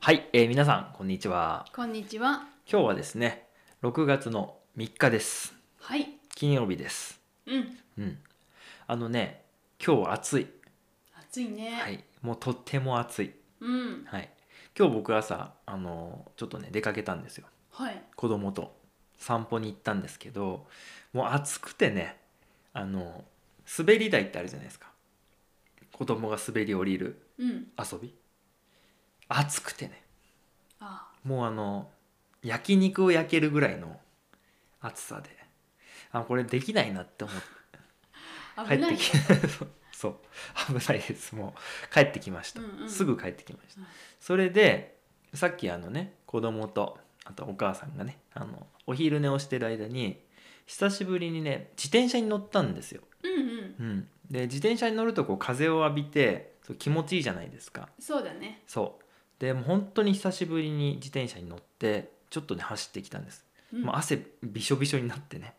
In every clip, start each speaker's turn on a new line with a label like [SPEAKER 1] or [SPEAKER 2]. [SPEAKER 1] はい、えー皆さんこんにちは。
[SPEAKER 2] こんにちは。
[SPEAKER 1] 今日はですね、6月の3日です。
[SPEAKER 2] はい。
[SPEAKER 1] 金曜日です。
[SPEAKER 2] うん。
[SPEAKER 1] うん。あのね、今日は暑い。
[SPEAKER 2] 暑いね。
[SPEAKER 1] はい、もうとっても暑い。
[SPEAKER 2] うん。
[SPEAKER 1] はい。今日僕朝あのーちょっとね出かけたんですよ。
[SPEAKER 2] はい。
[SPEAKER 1] 子供と散歩に行ったんですけど、もう暑くてね、あのー滑り台ってあるじゃないですか。子供が滑り降りる
[SPEAKER 2] うん。
[SPEAKER 1] 遊び。暑くてね。
[SPEAKER 2] あ
[SPEAKER 1] もうあの焼肉を焼けるぐらいの暑さであこれできないなって思って
[SPEAKER 2] あ、
[SPEAKER 1] 帰
[SPEAKER 2] 危
[SPEAKER 1] っ
[SPEAKER 2] な
[SPEAKER 1] て
[SPEAKER 2] い。
[SPEAKER 1] き そう危ないですもう帰ってきました、
[SPEAKER 2] うんうん
[SPEAKER 1] すぐ帰ってきました、
[SPEAKER 2] うん
[SPEAKER 1] それでさっきあのね子供とあとお母さんがねあのお昼寝をしてる間に久しぶりにね自転車に乗ったんですよ、
[SPEAKER 2] うんうん。
[SPEAKER 1] うん、で自転車に乗るとこう風を浴びてそう気持ちいいじゃないですか
[SPEAKER 2] そうだね。
[SPEAKER 1] そうでもう本当に久しぶりに自転車に乗ってちょっとね走ってきたんです、
[SPEAKER 2] うん
[SPEAKER 1] まあ、汗びしょびしょになってね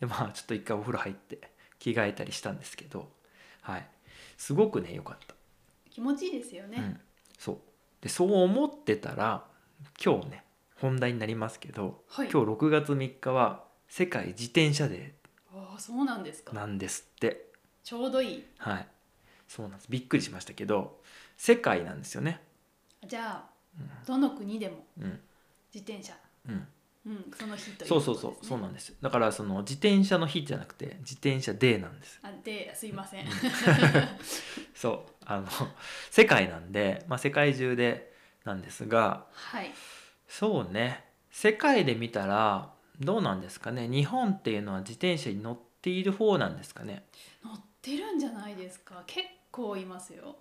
[SPEAKER 1] でまあちょっと一回お風呂入って着替えたりしたんですけどはいすごくね良かった、
[SPEAKER 2] 気持ちいいですよ
[SPEAKER 1] う
[SPEAKER 2] ね。
[SPEAKER 1] ん、そうでそう思ってたら今日ね本題になりますけど、
[SPEAKER 2] はい。
[SPEAKER 1] 今日6月3日は世界自転車デ
[SPEAKER 2] ああ、そうなんです
[SPEAKER 1] ー
[SPEAKER 2] か。
[SPEAKER 1] なんですって
[SPEAKER 2] ちょうどいい。
[SPEAKER 1] はいそうなんですびっくりしましたけど世界なんですよね
[SPEAKER 2] じゃあ、どの国でも
[SPEAKER 1] うん
[SPEAKER 2] 自転車。
[SPEAKER 1] うん
[SPEAKER 2] うん。その日という
[SPEAKER 1] そ
[SPEAKER 2] こ
[SPEAKER 1] うそ
[SPEAKER 2] とで
[SPEAKER 1] う
[SPEAKER 2] すね、
[SPEAKER 1] そうそうなんですだからその自転車の日じゃなくて自転車デーなんです
[SPEAKER 2] あ、で、すいません。
[SPEAKER 1] そうあの 世界なんで、まあ、世界中でなんですが
[SPEAKER 2] はい。
[SPEAKER 1] そうね世界で見たらどうなんですかね日本っていうのは自転車に乗っている方なんですかね
[SPEAKER 2] 乗ってるんじゃないですか。結構いますよ。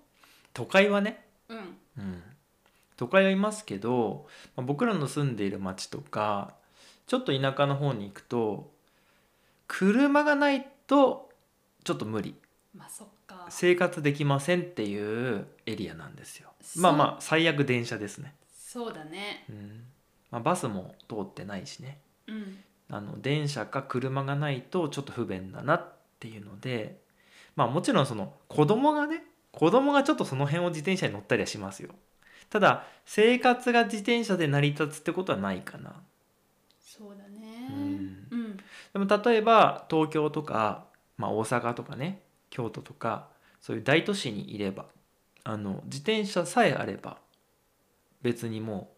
[SPEAKER 1] 都会はね、
[SPEAKER 2] うん。
[SPEAKER 1] うん、都会はいますけど、まあ僕らの住んでいる町とかちょっと田舎の方に行くと車がないとちょっと無理
[SPEAKER 2] まあ、そっか。
[SPEAKER 1] 生活できませんっていうエリアなんですよ
[SPEAKER 2] そう
[SPEAKER 1] まあまあ最悪電車ですね、
[SPEAKER 2] そうだね。
[SPEAKER 1] うんまあ、バスも通ってないしね
[SPEAKER 2] うん。
[SPEAKER 1] あの電車か車がないとちょっと不便だなっていうのでまあもちろんその子供がね子供がちょっとその辺を自転車に乗ったりはしますよただ生活が自転車で成り立つってことはないかな
[SPEAKER 2] そうだね。
[SPEAKER 1] うん
[SPEAKER 2] うん
[SPEAKER 1] でも例えば東京とか、まあ、大阪とかね京都とかそういう大都市にいればあの自転車さえあれば別にも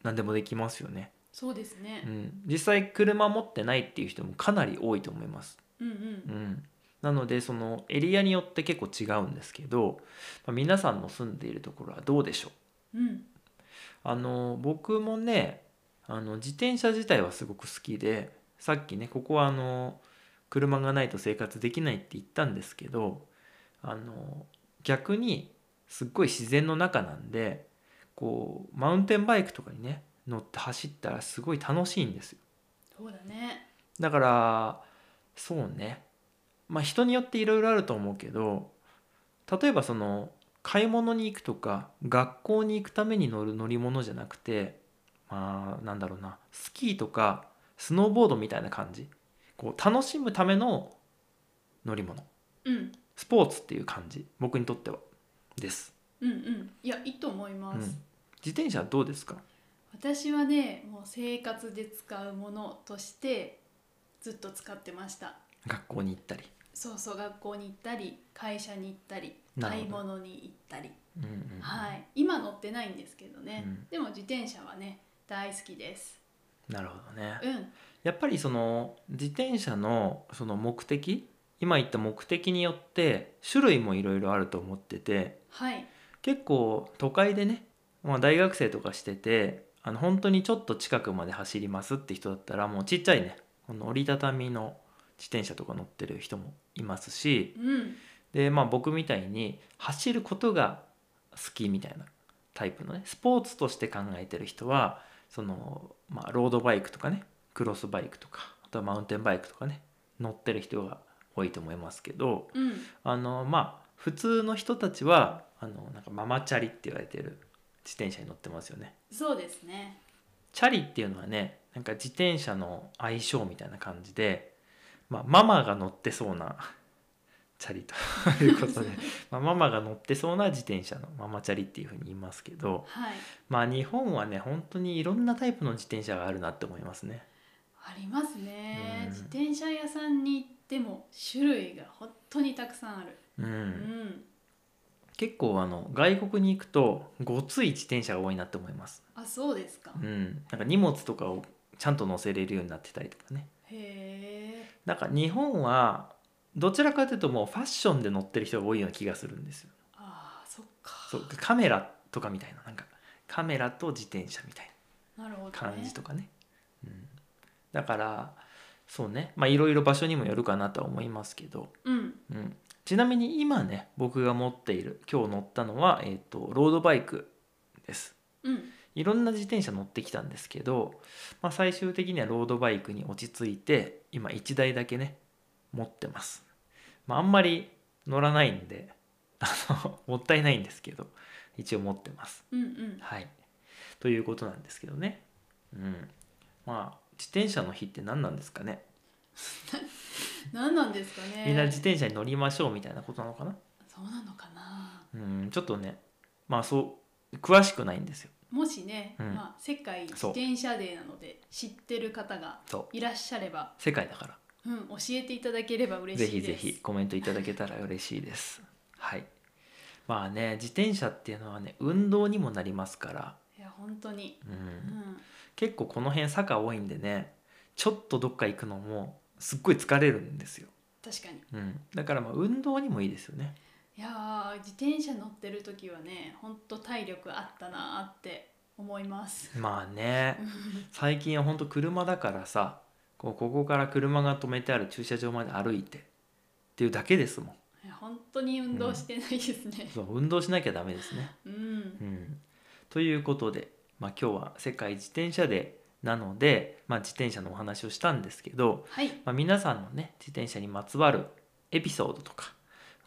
[SPEAKER 1] う何でもできますよね、
[SPEAKER 2] そうです
[SPEAKER 1] う
[SPEAKER 2] ね。
[SPEAKER 1] ん、実際車持ってないっていう人もかなり多いと思います、
[SPEAKER 2] うんう。
[SPEAKER 1] うんん、なのでそのエリアによって結構違うんですけど、まあ皆さんの住んでいるところはどうでしょう
[SPEAKER 2] うん。
[SPEAKER 1] あの僕もねあの自転車自体はすごく好きでさっきねここはあの車がないと生活できないって言ったんですけどあの逆にすっごい自然の中なんでこうマウンテンバイクとかにね乗って走ったらすごい楽しいんですよ
[SPEAKER 2] そうだね。
[SPEAKER 1] だからそうねまあ人によっていろいろあると思うけど例えばその買い物に行くとか学校に行くために乗る乗り物じゃなくてまあなんだろうなスキーとかスノーボードみたいな感じこう楽しむための乗り物
[SPEAKER 2] うん。
[SPEAKER 1] スポーツっていう感じ僕にとってはです、
[SPEAKER 2] うんうん。いや、いいと思いうま
[SPEAKER 1] ん、
[SPEAKER 2] す。
[SPEAKER 1] 自転車はどうですか
[SPEAKER 2] 私はね、もう生活で使うものとしてずっと使ってました。
[SPEAKER 1] 学校に行ったり、
[SPEAKER 2] そうそう、学校に行ったり、会社に行ったり、
[SPEAKER 1] なるほど
[SPEAKER 2] 買い物に行ったり。
[SPEAKER 1] うんうんうん
[SPEAKER 2] はい。今乗ってないんですけどね。
[SPEAKER 1] うん
[SPEAKER 2] でも自転車はね、大好きです。
[SPEAKER 1] なるほどね
[SPEAKER 2] うん。
[SPEAKER 1] やっぱりその自転車のその目的今言った目的によって種類もいろいろあると思ってて
[SPEAKER 2] はい。
[SPEAKER 1] 結構都会でね、まあ、大学生とかしててあの本当にちょっと近くまで走りますって人だったらもうちっちゃいねこの折りたたみの自転車とか乗ってる人もいますし
[SPEAKER 2] うん。
[SPEAKER 1] でまあ僕みたいに走ることが好きみたいなタイプのねスポーツとして考えてる人はその、まあ、ロードバイクとかねクロスバイクとかあとはマウンテンバイクとかね乗ってる人が多いと思いますけど
[SPEAKER 2] うん。
[SPEAKER 1] あのまあ普通の人たちはあのなんかママチャリって言われてる自転車に乗ってますよね。
[SPEAKER 2] そうですね。
[SPEAKER 1] チャリっていうのはねなんか自転車の相性みたいな感じで、まあ、ママが乗ってそうな チャリということ で、まあ、ママが乗ってそうな自転車のママチャリっていうふうに言いますけど、
[SPEAKER 2] はい
[SPEAKER 1] まあ、日本はね本当にいろんなタイプの自転車があるなって思いますね。
[SPEAKER 2] ありますね、
[SPEAKER 1] うん
[SPEAKER 2] 自転車屋さんに行っても種類が本当にたくさんある
[SPEAKER 1] うん
[SPEAKER 2] うん
[SPEAKER 1] 結構あの外国に行くとごつい自転車が多いなって思います。
[SPEAKER 2] あそうですか、
[SPEAKER 1] うん、なんか荷物とかをちゃんと乗せれるようになってたりとかね。
[SPEAKER 2] へえ
[SPEAKER 1] なんか日本はどちらかというともうファッションで乗ってる人が多いような気がするんですよ。
[SPEAKER 2] あーそっか
[SPEAKER 1] そうカメラとかみたいななんかカメラと自転車みたい
[SPEAKER 2] なるほど、
[SPEAKER 1] な
[SPEAKER 2] ね、
[SPEAKER 1] 感じとかね。うん、だからそうねまあいろいろ場所にもよるかなとは思いますけど、
[SPEAKER 2] うん
[SPEAKER 1] うん、ちなみに今ね僕が持っている今日乗ったのは、えー、とロードバイクです。
[SPEAKER 2] うん
[SPEAKER 1] いろんな自転車乗ってきたんですけど、まあ、最終的にはロードバイクに落ち着いて今1台だけね持ってます、まあ、あんまり乗らないんで あのもったいないんですけど一応持ってます
[SPEAKER 2] うんうん
[SPEAKER 1] はいということなんですけどねうんまあ自転車の日って何なんですかね
[SPEAKER 2] 何なんですかね
[SPEAKER 1] みんな自転車に乗りましょうみたいなことなのかな
[SPEAKER 2] そうなのかな
[SPEAKER 1] うんちょっとねまあそう詳しくないんですよ
[SPEAKER 2] もしね、
[SPEAKER 1] うん
[SPEAKER 2] まあ、世界自
[SPEAKER 1] そう
[SPEAKER 2] 転車デーなので知ってる方が
[SPEAKER 1] そ
[SPEAKER 2] いらっしゃれば、
[SPEAKER 1] う世界だから
[SPEAKER 2] うん、教えていただければ嬉
[SPEAKER 1] ぜ
[SPEAKER 2] しい
[SPEAKER 1] ひ
[SPEAKER 2] です
[SPEAKER 1] ぜひコメントいただけたら嬉しいです。はい。まあね、自転車っていうのはね、運動にもなりますから、
[SPEAKER 2] いや本当に、
[SPEAKER 1] うん
[SPEAKER 2] うん、
[SPEAKER 1] 結構この辺坂多いんでね、ちょっとどっか行くのもすっごい疲れるんですよ。
[SPEAKER 2] 確かに
[SPEAKER 1] うん、だからまあ運動にもいいですよね。
[SPEAKER 2] いやー自転車乗ってる時はね本当体力あったなーって思います
[SPEAKER 1] まあね、最近はほんと車だからさ、こうここから車が止めてある駐車場まで歩いてっていうだけですもん。
[SPEAKER 2] いや本当に運動してないですね
[SPEAKER 1] そう運動しなきゃダメですね。
[SPEAKER 2] うん、
[SPEAKER 1] うん、ということで、まあ、今日は世界自転車デーなので、まあ、自転車のお話をしたんですけど、
[SPEAKER 2] はい
[SPEAKER 1] まあ、皆さんのね自転車にまつわるエピソードとか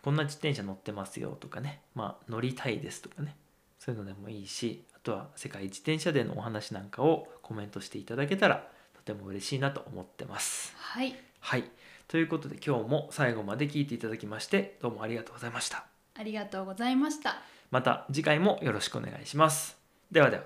[SPEAKER 1] こんな自転車乗ってますよとかね、まあ、乗りたいですとかねそういうのでもいいしあとは世界自転車デーのお話なんかをコメントしていただけたらとても嬉しいなと思ってます。
[SPEAKER 2] はい
[SPEAKER 1] はいということで今日も最後まで聞いていただきましてどうもありがとうございました。
[SPEAKER 2] ありがとうございました
[SPEAKER 1] また次回もよろしくお願いします。ではでは。